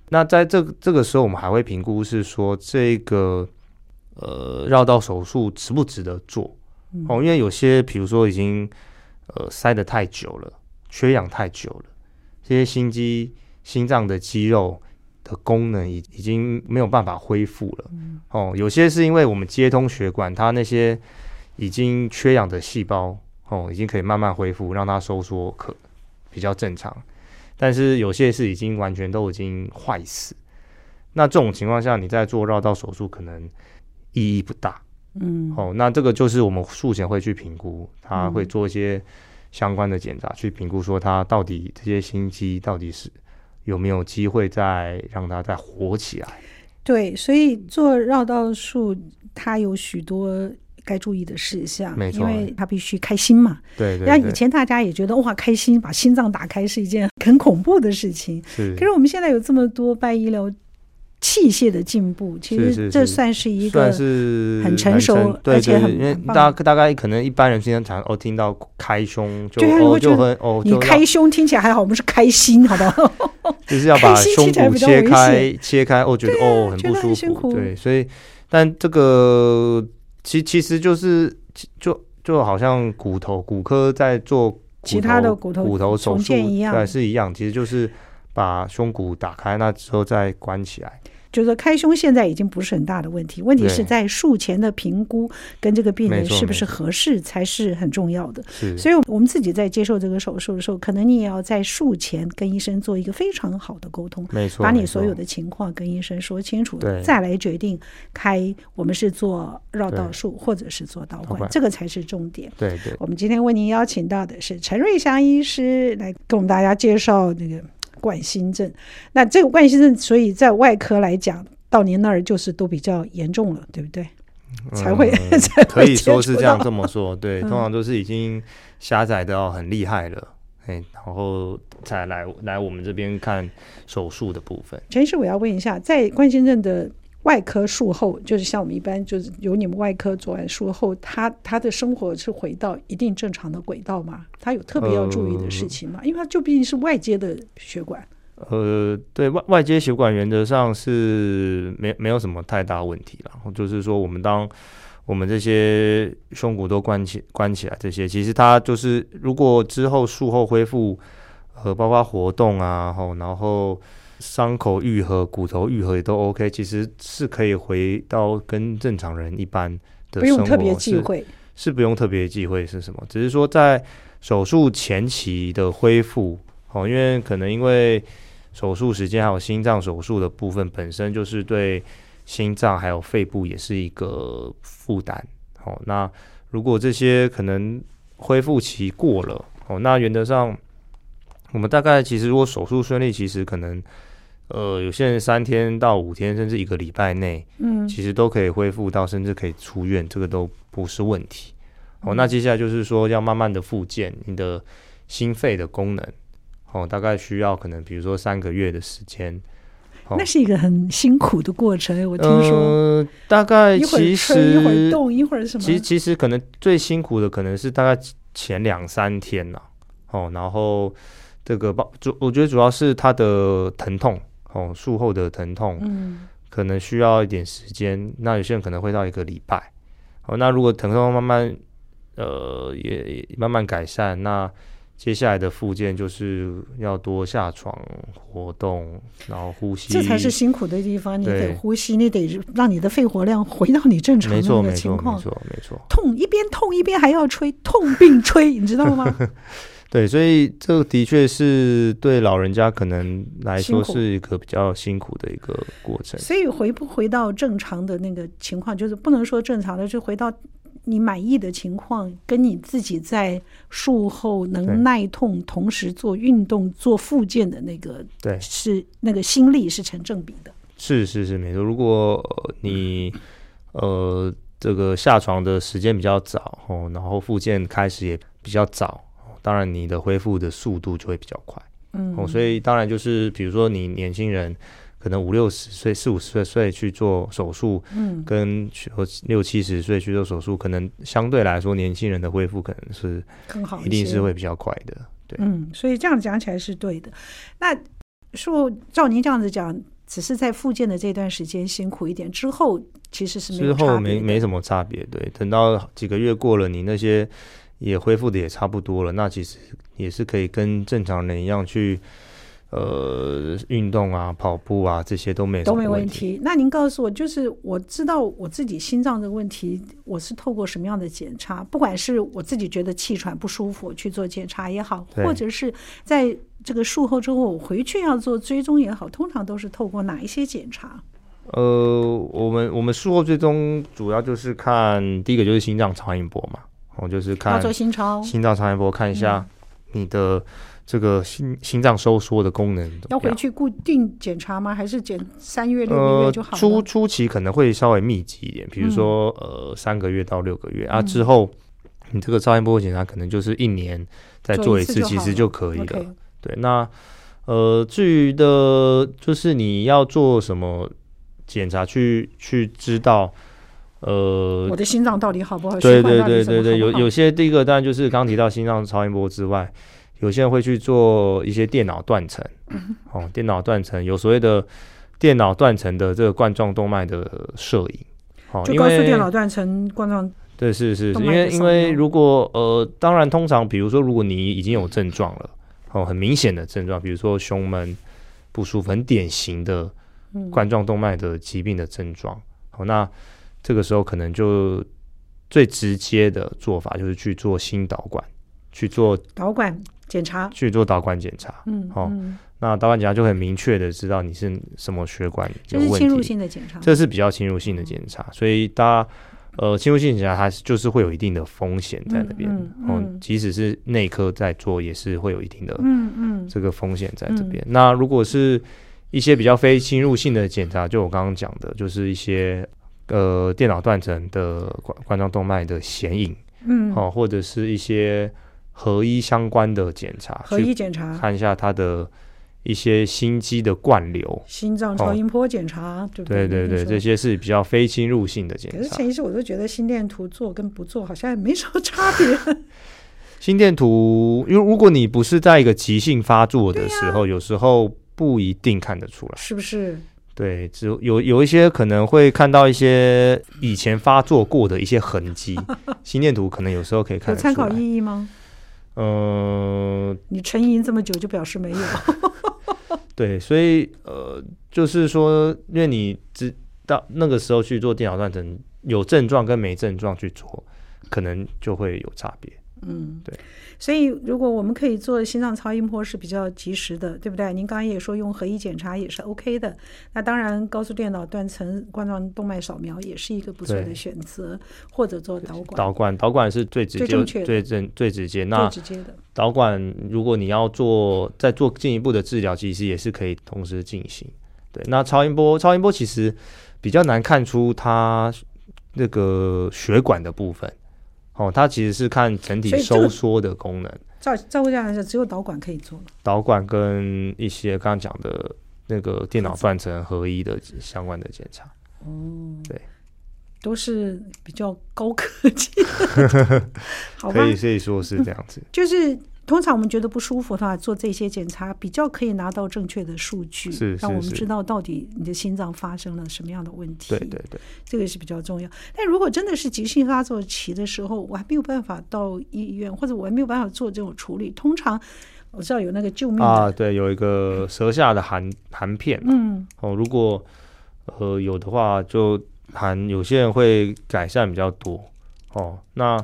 Speaker 2: 那在这个这个时候，我们还会评估是说这个呃绕道手术值不值得做
Speaker 1: 嗯
Speaker 2: 哦，因为有些比如说已经呃塞得太久了，缺氧太久了，这些心肌心脏的肌肉的功能已已经没有办法恢复了。哦，有些是因为我们接通血管，它那些已经缺氧的细胞哦，已经可以慢慢恢复，让它收缩可比较正常。但是有些是已经完全都已经坏死，那这种情况下，你在做绕道手术可能意义不大。
Speaker 1: 嗯，
Speaker 2: 哦，那这个就是我们术前会去评估，他
Speaker 1: 嗯
Speaker 2: 会做一些相关的检查，去评估说他到底这些心肌到底是有没有机会再让它再活起来。
Speaker 1: 对，所以做绕道术，它有许多该注意的事项，因
Speaker 2: 没错
Speaker 1: 为它必须开心嘛。
Speaker 2: 对对
Speaker 1: 那
Speaker 2: 对，
Speaker 1: 以前大家也觉得哇，开心把心脏打开是一件很恐怖的事情，
Speaker 2: 是
Speaker 1: 可是我们现在有这么多拜医疗器械的进步，其
Speaker 2: 是
Speaker 1: 实
Speaker 2: 是
Speaker 1: 这
Speaker 2: 是
Speaker 1: 算是一
Speaker 2: 算
Speaker 1: 个
Speaker 2: 是
Speaker 1: 很成
Speaker 2: 男
Speaker 1: 熟
Speaker 2: 生对
Speaker 1: 而且
Speaker 2: 对，
Speaker 1: 很
Speaker 2: 因为
Speaker 1: 很棒
Speaker 2: 大大概可能一般人经常常哦听到开胸就
Speaker 1: 对啊
Speaker 2: 哦
Speaker 1: 会觉
Speaker 2: 就
Speaker 1: 得
Speaker 2: 很哦就
Speaker 1: 你
Speaker 2: 要
Speaker 1: 开胸听起来还好，我们是开心，好不好？
Speaker 2: 就是要
Speaker 1: 开
Speaker 2: 把
Speaker 1: 心
Speaker 2: 胸
Speaker 1: 听起来
Speaker 2: 骨
Speaker 1: 比较
Speaker 2: 切
Speaker 1: 危
Speaker 2: 开切开，哦觉得
Speaker 1: 对啊
Speaker 2: 哦很
Speaker 1: 觉
Speaker 2: 不
Speaker 1: 得很
Speaker 2: 舒
Speaker 1: 辛
Speaker 2: 服，
Speaker 1: 苦
Speaker 2: 对，所以但这个其其实就是其就就好像骨头骨科在做骨
Speaker 1: 其他的骨头
Speaker 2: 骨头手
Speaker 1: 重
Speaker 2: 术
Speaker 1: 建一样
Speaker 2: 对是一样，其实就是把胸骨打开，那之后再关起来。
Speaker 1: 就是开胸现在已经不是很大的问题，问题是
Speaker 2: 对
Speaker 1: 在术前的评估跟这个病
Speaker 2: 没
Speaker 1: 人
Speaker 2: 错
Speaker 1: 是不
Speaker 2: 没
Speaker 1: 是合适才是很重要的。
Speaker 2: 是，
Speaker 1: 所以，我们自己在接受这个手术的时候，可能你也要在术前跟医生做一个非常好的沟通，
Speaker 2: 没错，
Speaker 1: 把你
Speaker 2: 没错
Speaker 1: 所有的情况跟医生说清楚
Speaker 2: 对，
Speaker 1: 再来决定开我们是做绕道
Speaker 2: 对
Speaker 1: 术或者是做导
Speaker 2: 导
Speaker 1: 管
Speaker 2: 管，
Speaker 1: 这个才是重点。
Speaker 2: 对对
Speaker 1: 我们今天为您邀请到的是陈瑞祥医师来跟我们大家介绍那个冠心症。那这个冠心症，所以在外科来讲，到您那儿就是都比较严重了，对不对？才会
Speaker 2: 嗯
Speaker 1: 才会
Speaker 2: 可
Speaker 1: 接
Speaker 2: 以说是
Speaker 1: 触
Speaker 2: 这样
Speaker 1: 到嗯
Speaker 2: 这么说，对，通常都是已经狭窄到很厉害了，哎，然后才来来我们这边看手术的部分。
Speaker 1: 陈医师，我要问一下，在冠心症的外科术后，就是像我们一般，就是由你们外科做完术后，他他的生活是回到一定正常的轨道吗？他有特别要注意的事情吗？因为他就毕竟是外接的血管，
Speaker 2: 呃，对外外接血管原则上是没没有什么太大问题啦。就是说，我们当我们这些胸骨都关起关起来，这些其实它就是如果之后术后恢复，呃，包括活动啊，吼，然后伤口愈合、骨头愈合也都 OK，其实是可以回到跟正常人一般的
Speaker 1: 不
Speaker 2: 嗯生活，
Speaker 1: 用特别忌
Speaker 2: 是
Speaker 1: 讳。
Speaker 2: 是不用特别忌讳是什么，只是说在手术前期的恢复，哦，因为可能因为手术时间还有心脏手术的部分本身就是对心脏还有肺部也是一个负担，哦，那如果这些可能恢复期过了，哦，那原则上我们大概其实如果手术顺利，其实可能。呃，有些人三天到五天，甚至一个礼拜内，
Speaker 1: 嗯，
Speaker 2: 其实都可以恢复到，甚至可以出院，这个都不是问题。哦，
Speaker 1: 嗯
Speaker 2: 那接下来就是说要慢慢的复健你的心肺的功能，哦，大概需要可能比如说三个月的时间。哦
Speaker 3: 那是一个很辛苦的过程，我听说。
Speaker 2: 呃，大概
Speaker 1: 一会儿
Speaker 2: 其
Speaker 1: 吹，一会儿
Speaker 2: 实
Speaker 1: 动，一会儿什么？
Speaker 2: 其其实可能最辛苦的可能是大概前两三天啦、哦，然后这个包主我觉得主要是它的疼痛，哦，术后的疼痛，
Speaker 1: 嗯，
Speaker 2: 可能需要一点时间，那有些人可能会到一个礼拜。哦，那如果疼痛慢慢呃也也慢慢改善，那接下来的复健就是要多下床活动，然后呼吸。
Speaker 1: 这才是辛苦的地方。你得
Speaker 2: 对
Speaker 1: 呼吸，你得让你的肺活量回到你正常的
Speaker 2: 没
Speaker 1: 那
Speaker 2: 错
Speaker 1: 个
Speaker 2: 没
Speaker 1: 情
Speaker 2: 错没
Speaker 1: 况。
Speaker 2: 错没错。
Speaker 1: 痛一边痛一边还要吹，痛并吹，你知道 吗？
Speaker 2: 对，所以这的确是对老人家可能来
Speaker 1: 辛
Speaker 2: 说
Speaker 1: 苦
Speaker 2: 是一个比较辛苦的一个过程。
Speaker 1: 所以回不回到正常的那个情况，就是不能说正常的，就回到你满意的情况，跟你自己在术后
Speaker 2: 对
Speaker 1: 能耐痛，同时做运动、做复健的那个
Speaker 2: 对，
Speaker 1: 是那个心力是成正比的。
Speaker 2: 是是是，没错。如果、呃你呃这个下床的时间比较早哦，然后复健开始也比较早，哦当然你的恢复的速度就会比较快
Speaker 1: 嗯，
Speaker 2: 哦。所以当然就是比如说你年轻人可能五六十岁、四五十岁去做手术，
Speaker 1: 嗯，
Speaker 2: 跟和六七十岁去做手术，可能相对来说年轻人的恢复可能是
Speaker 1: 更好
Speaker 2: 一
Speaker 1: 些
Speaker 2: 定是会比较快的。对，
Speaker 1: 嗯，所以这样讲起来是对的。那说照您这样子讲，只是在复健的这段时间辛苦一点，之后其实是没
Speaker 2: 之
Speaker 1: 有
Speaker 2: 后
Speaker 1: 差别
Speaker 2: 没
Speaker 1: 的
Speaker 2: 没什么差别，对，等到几个月过了，你那些也恢复的也差不多了，那其实也是可以跟正常人一样去呃运动啊、跑步啊，这些都没什
Speaker 1: 都
Speaker 2: 么
Speaker 1: 没问
Speaker 2: 题。
Speaker 1: 题。那您告诉我，就是我知道我自己心脏的问题，我是透过什么样的检查？不管是我自己觉得气喘不舒服去做检查也好，
Speaker 2: 对
Speaker 1: 或者是在这个术后之后我回去要做追踪也好，通常都是透过哪一些检查？
Speaker 2: 呃，我们我们术后最终主要就是看第一个就是心脏超音波嘛，哦，就是
Speaker 1: 要
Speaker 2: 看
Speaker 1: 做心嗯超，
Speaker 2: 心脏超音波，看一下你的这个心心脏收缩的功能怎
Speaker 1: 要
Speaker 2: 么
Speaker 1: 回
Speaker 2: 样。
Speaker 1: 去固定检查吗？还是检三月六个
Speaker 2: 呃
Speaker 1: 月就，好
Speaker 2: 初
Speaker 1: 了？
Speaker 2: 初期可能会稍微密集一点，比如说、
Speaker 1: 嗯
Speaker 2: 呃三个月到六个月啊，之后呃你这个超音波检查可能就是一年再
Speaker 1: 做
Speaker 2: 做
Speaker 1: 一
Speaker 2: 一
Speaker 1: 次
Speaker 2: 次，
Speaker 1: 就
Speaker 2: 其
Speaker 1: 好
Speaker 2: 实
Speaker 1: 了
Speaker 2: 就可以了。
Speaker 1: OK，
Speaker 2: 对，那呃至于的，就是你要做什么检查去去知道，呃
Speaker 1: 我，的心脏到底好不好？
Speaker 2: 对
Speaker 1: 血管
Speaker 2: 对
Speaker 1: 到底
Speaker 2: 对
Speaker 1: 怎么
Speaker 2: 对对，有
Speaker 1: 好不好
Speaker 2: 有些第一个当然就是刚提到心脏超音波之外，有些人会去做一些电脑断层，
Speaker 1: 嗯
Speaker 2: 哦，电脑断层有所谓的电脑断层的这个冠状动脉的摄影，哦，
Speaker 1: 就
Speaker 2: 因
Speaker 1: 高速
Speaker 2: 为
Speaker 1: 电脑断层嗯冠状，
Speaker 2: 对是是是，
Speaker 1: 动
Speaker 2: 因
Speaker 1: 脉
Speaker 2: 为
Speaker 1: 的扫
Speaker 2: 因为
Speaker 1: 描
Speaker 2: 如果呃，当然通常比如说如果你已经有症状了，哦，很明显的症状，比如说胸闷不舒服，很典型的
Speaker 1: 嗯
Speaker 2: 冠状动脉的疾病的症状。好，那这个时候可能就最直接的做法就是去做心导管，去做
Speaker 1: 导管检查。
Speaker 2: 去做导管检查。
Speaker 1: 嗯，
Speaker 2: 好
Speaker 1: 嗯
Speaker 2: 那导管检查就很明确的知道你是什么血管
Speaker 1: 这
Speaker 2: 有
Speaker 1: 是
Speaker 2: 问
Speaker 1: 侵入
Speaker 2: 题，
Speaker 1: 性的检查。
Speaker 2: 这是比较侵入性的检查，所以大家。呃，侵入性检查它是就是会有一定的风险在那边，
Speaker 1: 嗯嗯嗯
Speaker 2: 哦，即使是内科在做，也是会有一定的
Speaker 1: 嗯嗯，
Speaker 2: 这个风险在这
Speaker 1: 嗯
Speaker 2: 边。那如果是一些比较非侵入性的检查，就我刚刚讲的，就是一些呃电脑断层的冠冠状动脉的显影，
Speaker 1: 嗯，
Speaker 2: 哦，或者是一些合一相关的检查，
Speaker 1: 合一啊
Speaker 2: 去
Speaker 1: 检查、
Speaker 2: 看一下它的一些心肌的灌流。
Speaker 1: 心脏超音波检查，对不
Speaker 2: 对对
Speaker 1: 对
Speaker 2: 对，这
Speaker 1: 些。
Speaker 2: 些是比较非侵入性的检
Speaker 1: 可是
Speaker 2: 查
Speaker 1: 前。一次我都觉得心电图做跟不做好像也没什么差 别。
Speaker 2: 心电图，因为如果你不是在一个急性发作的时候，有时候不一定看得出来。
Speaker 1: 是不是？
Speaker 2: 对，只有有有一些可能会看到一些以前发作过的一些痕 迹，心电图可能有时候可以看
Speaker 1: 有
Speaker 2: 得出
Speaker 1: 参
Speaker 2: 来。
Speaker 1: 考意义吗？
Speaker 2: 呃，
Speaker 1: 你沉吟这么久就表示没有，
Speaker 2: 对，所以呃，就是说，因为你知到那个时候去做电脑断层，有症状跟没症状去做，可能就会有差别。
Speaker 1: 嗯，
Speaker 2: 对。
Speaker 1: 所以如果我们可以做心脏超音波是比较及时的，对不对？您刚刚也说用合一检查也是 OK 的。那当然，高速电脑断层冠状动脉扫描也是一个不错的
Speaker 2: 对
Speaker 1: 选择，或者做导管，
Speaker 2: 导管导管是最直
Speaker 1: 最
Speaker 2: 接、
Speaker 1: 正确的
Speaker 2: 最正最直接。
Speaker 1: 最
Speaker 2: 那
Speaker 1: 直接的。
Speaker 2: 导管如果你要做再做进一步的治疗，其实也是可以同时进行。对，那超音波超音波其实比较难看出它那个血管的部分，哦，它其实是看整体
Speaker 1: 所以这
Speaker 2: 收
Speaker 1: 个
Speaker 2: 缩的功能。
Speaker 1: 照照顾这样来说，只有导管可以做了。
Speaker 2: 导管跟一些刚刚讲的那个电脑断层合一的相关的检查。
Speaker 1: 都是比较高科 技的，好吧
Speaker 2: 可？以可以说是这样子。
Speaker 1: 就是通常我们觉得不舒服的话，做这些检查比较可以拿到正确的数据，
Speaker 2: 是
Speaker 1: 让我们
Speaker 2: 是
Speaker 1: 知道到底你的心脏发生了什么样的问题。
Speaker 2: 对对对，
Speaker 1: 这个是比较重要。但如果真的是急性发作期的时候，我还没有办法到医院，或者我还没有办法做这种处理，通常我知道有那个救命的，
Speaker 2: 啊，对，有一个舌下的含含片啊、
Speaker 1: 嗯，
Speaker 2: 哦，如果呃有的话，就含有些人会改善比较多哦。那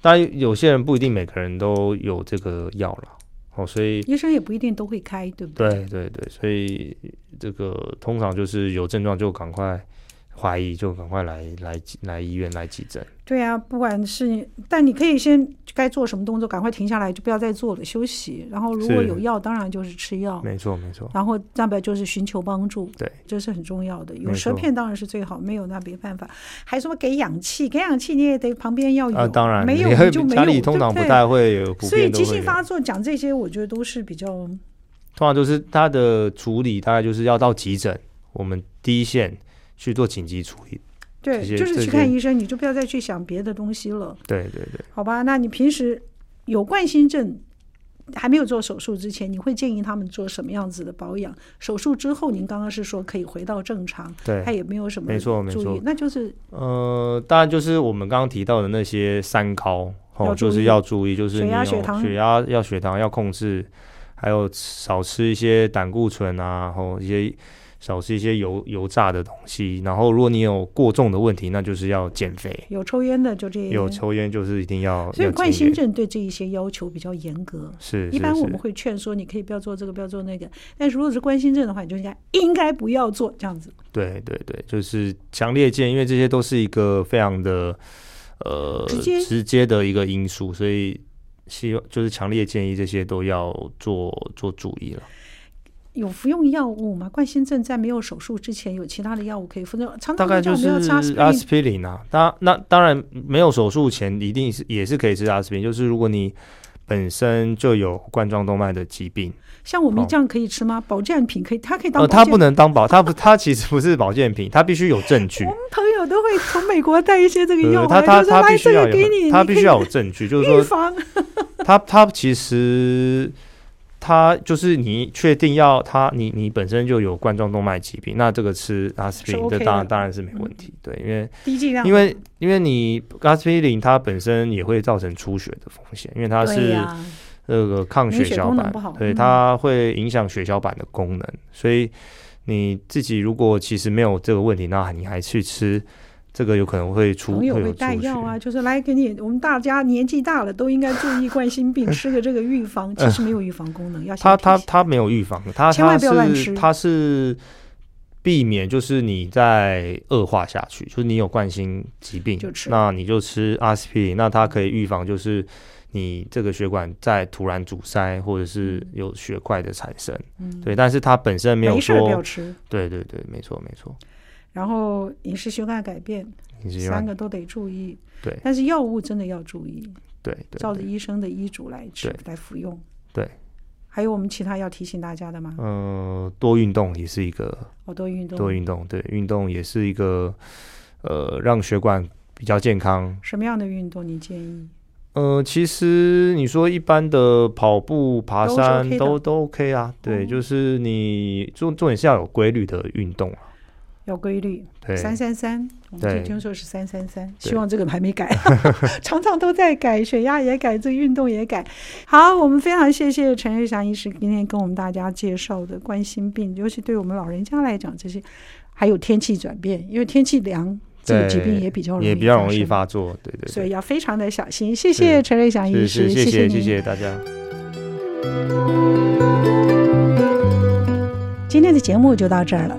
Speaker 2: 当然有些人不一定每个人都有这个药了哦，所以
Speaker 1: 医生也不一定都会开，对不对？
Speaker 2: 对对对，所以这个通常就是有症状就赶快怀疑，就赶快来来来医院来急诊。
Speaker 1: 对啊，不管是，但你可以先该做什么动作，赶快停下来，就不要再做了，休息。然后如果
Speaker 2: 是
Speaker 1: 有药，当然就是吃药，
Speaker 2: 没错没错，
Speaker 1: 然后要不然就是寻求帮助，
Speaker 2: 对，
Speaker 1: 这是很重要的。有
Speaker 2: 没
Speaker 1: 舌
Speaker 2: 错
Speaker 1: 片当然是最好，没有那没办法。还说给氧气，给氧气你也得旁边要哦有，
Speaker 2: 啊，当然
Speaker 1: 没有
Speaker 2: 你会
Speaker 1: 你就没有，
Speaker 2: 家里通常
Speaker 1: 对
Speaker 2: 不
Speaker 1: 不对。
Speaker 2: 太会有，普
Speaker 1: 所以
Speaker 2: 遍都
Speaker 1: 急
Speaker 2: 会
Speaker 1: 性
Speaker 2: 有。
Speaker 1: 发作讲这些，我觉得都是比较
Speaker 2: 通常就是它的处理大概就是要到急诊，我们第一线去做紧急处理。
Speaker 1: 对
Speaker 2: 这，些
Speaker 1: 就是
Speaker 2: 这
Speaker 1: 去
Speaker 2: 些
Speaker 1: 看医生，你就不要再去想别的东西了。
Speaker 2: 对对对，
Speaker 1: 好吧，那你平时有冠心症还没有做手术之前，你会建议他们做什么样子的保养？手术之后，您刚刚是说可以回到正常，
Speaker 2: 对
Speaker 1: 他也没有什么
Speaker 2: 没错没
Speaker 1: 注意
Speaker 2: 错，
Speaker 1: 那就是
Speaker 2: 呃，当然就是我们刚刚提到的那些三高，
Speaker 1: 要
Speaker 2: 哦，
Speaker 1: 注
Speaker 2: 就是
Speaker 1: 意
Speaker 2: 要注意，就是
Speaker 1: 血
Speaker 2: 你
Speaker 1: 压
Speaker 2: 有
Speaker 1: 血糖
Speaker 2: 血压要血糖要控制，还有少吃一些胆固醇啊，然后一些少吃一些油油炸的东西。然后如果你有过重的问题，那就是要减肥，
Speaker 1: 有抽烟的就这
Speaker 2: 有，抽烟就是一定要
Speaker 1: 所以
Speaker 2: 要
Speaker 1: 冠
Speaker 2: 戒
Speaker 1: 心
Speaker 2: 烟
Speaker 1: 症对这一些要求比较严格。
Speaker 2: 是
Speaker 1: 一般
Speaker 2: 是
Speaker 1: 我
Speaker 2: 是
Speaker 1: 们会劝说你可以不要做这个，不要做那个。但是如果是冠心症的话，你就应该应该不要做这样子。
Speaker 2: 对对对，就是强烈建议，因为这些都是一个非常的呃
Speaker 1: 直接
Speaker 2: 的一个因素，所以希望就是强烈建议这些都要做做注意了。
Speaker 1: 有服用药物吗？冠心症在没有手术之前有其他的药物可以服用？常
Speaker 2: 大
Speaker 1: 常
Speaker 2: 概
Speaker 1: 叫
Speaker 2: 就
Speaker 1: 我们要
Speaker 2: 是
Speaker 1: 吃阿司匹
Speaker 2: 阿
Speaker 1: 林
Speaker 2: 司匹林啊，当那当然没有手术前一定是也是可以吃阿司匹林，就是如果你本身就有冠状动脉的疾病，
Speaker 1: 像我们
Speaker 2: 哦
Speaker 1: 这样可以吃吗？保健品可以，它可以当
Speaker 2: 呃，
Speaker 1: 保健。
Speaker 2: 它不能当保，它不它其实不是保健品，它必须有证据。
Speaker 1: 我们朋友都会从美国带一些这个药啊
Speaker 2: 呃，
Speaker 1: 回
Speaker 2: 它
Speaker 1: 来，
Speaker 2: 它
Speaker 1: 就
Speaker 2: 它
Speaker 1: 说
Speaker 2: 必
Speaker 1: 来
Speaker 2: 须
Speaker 1: 这
Speaker 2: 要
Speaker 1: 个给
Speaker 2: 有，
Speaker 1: 你，
Speaker 2: 它
Speaker 1: 你可
Speaker 2: 必须
Speaker 1: 以
Speaker 2: 要有证据，就是说
Speaker 1: 预防。
Speaker 2: 它它其实它就是你确定要它你你本身就有冠状动脉疾病，那这个吃阿司匹
Speaker 1: 是
Speaker 2: 林
Speaker 1: OK 的嗯
Speaker 2: 这当然当然是没问题，对，因为
Speaker 1: 低剂量，
Speaker 2: 因为因为你阿司匹林它本身也会造成出血的风险，因为它
Speaker 1: 对
Speaker 2: 是
Speaker 1: 呀
Speaker 2: 那个抗
Speaker 1: 凝
Speaker 2: 血
Speaker 1: 血
Speaker 2: 小
Speaker 1: 功能
Speaker 2: 板
Speaker 1: 不好，
Speaker 2: 对，
Speaker 1: 嗯
Speaker 2: 它会影响血小板的功能，所以你自己如果其实没有这个问题，那你还去吃。这个有可能会出
Speaker 1: 朋友
Speaker 2: 会
Speaker 1: 会
Speaker 2: 有
Speaker 1: 带
Speaker 2: 出血
Speaker 1: 药啊，就是来给你。我们大家年纪大了，都应该注意冠心 病，吃个这个预防，其实没有预防功能，要先
Speaker 2: 嗯它它
Speaker 1: 提醒
Speaker 2: 它没有预防，它
Speaker 1: 千万
Speaker 2: 它
Speaker 1: 不要乱吃
Speaker 2: 是它是避免就是你在恶化下去，就是你有冠心疾病
Speaker 1: 就吃，
Speaker 2: 那你就吃阿司匹林，那它可以预防就是你这个血管在突然阻塞或者是有血块的产生，
Speaker 1: 嗯
Speaker 2: 对，但是它本身没有
Speaker 1: 没事儿不要
Speaker 2: 说，
Speaker 1: 吃，
Speaker 2: 对对对，没错没错，
Speaker 1: 然后饮食习惯改变，
Speaker 2: 你是
Speaker 1: 三个都得注意。
Speaker 2: 对
Speaker 1: 但是药物真的要注意，
Speaker 2: 对对
Speaker 1: 照着
Speaker 2: 对
Speaker 1: 医生的医嘱来吃
Speaker 2: 对
Speaker 1: 来服用。
Speaker 2: 对，
Speaker 1: 还有我们其他要提醒大家的吗？
Speaker 2: 呃，多运动也是一个
Speaker 1: 哦，多运动，
Speaker 2: 多运动，对，运动也是一个呃让血管比较健康。
Speaker 1: 什么样的运动你建议？
Speaker 2: 呃，其实你说一般的跑步、爬
Speaker 1: 都是
Speaker 2: 山
Speaker 1: OK 的
Speaker 2: 都都 OK 啊，对，
Speaker 1: 哦
Speaker 2: 就是你重重点是要有规律的运动啊，
Speaker 1: 要规律，
Speaker 2: 对，
Speaker 1: 三三三，我们
Speaker 2: 对
Speaker 1: 最听说是三三三，
Speaker 2: 对
Speaker 1: 希望这个还没 改， 常常都在改，血压也改，这个运动也改。好，我们非常谢谢陈瑞祥医师今天跟我们大家介绍的冠心病，尤其对我们老人家来讲，这些还有天气转变，因为天气凉，这个疾病也比较容易，
Speaker 2: 也比较容易，发作，对对
Speaker 1: 所
Speaker 2: 对
Speaker 1: 以要非常的小心。谢谢陈瑞祥医
Speaker 2: 是
Speaker 1: 师，
Speaker 2: 是，谢
Speaker 1: 谢
Speaker 2: 谢
Speaker 1: 您
Speaker 2: 谢谢大家。
Speaker 3: 今天的节目就到这儿了，